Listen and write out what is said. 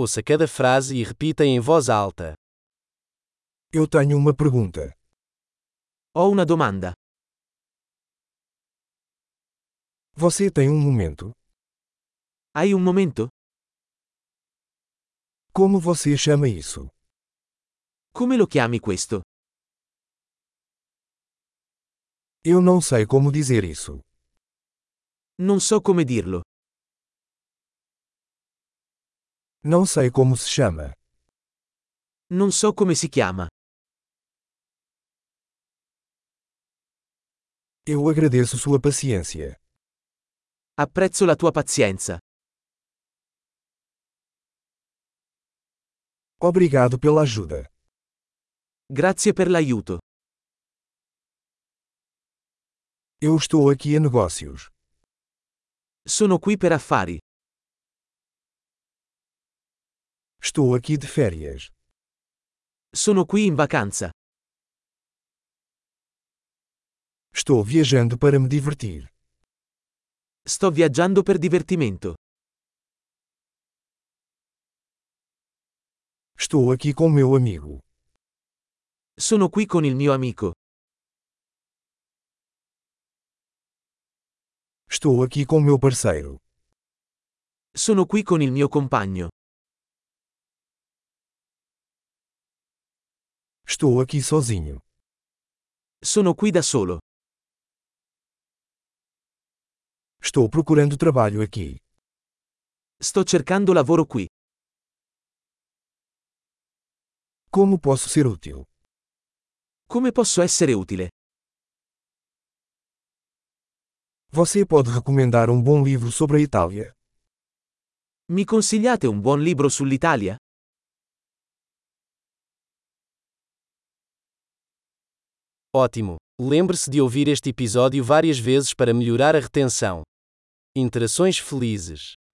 Ouça cada frase e repita em voz alta. Eu tenho uma pergunta. Ho una domanda. Você tem um momento? Hai un momento? Como você chama isso? Come lo chiami questo? Eu não sei como dizer isso. Non so come dirlo. Não sei como se chama. Non so come si chiama. Eu agradeço sua paciência. Apprezzo la tua pazienza. Obrigado pela ajuda. Grazie per l'aiuto. Eu estou aqui a negócios. Sono qui per affari. Estou aqui de férias. Sono qui in vacanza. Estou viajando para me divertir. Sto viaggiando per divertimento. Estou aqui com meu amigo. Sono qui con il mio amico. Estou aqui com meu parceiro. Sono qui con il mio compagno. Estou aqui sozinho. Sono qui da solo. Estou procurando trabalho aqui. Sto cercando lavoro qui. Como posso ser útil? Come posso essere utile? Você pode recomendar um bom livro sobre a Itália? Mi consigliate un buon libro sull'Italia? Ótimo! Lembre-se de ouvir este episódio várias vezes para melhorar a retenção. Interações felizes.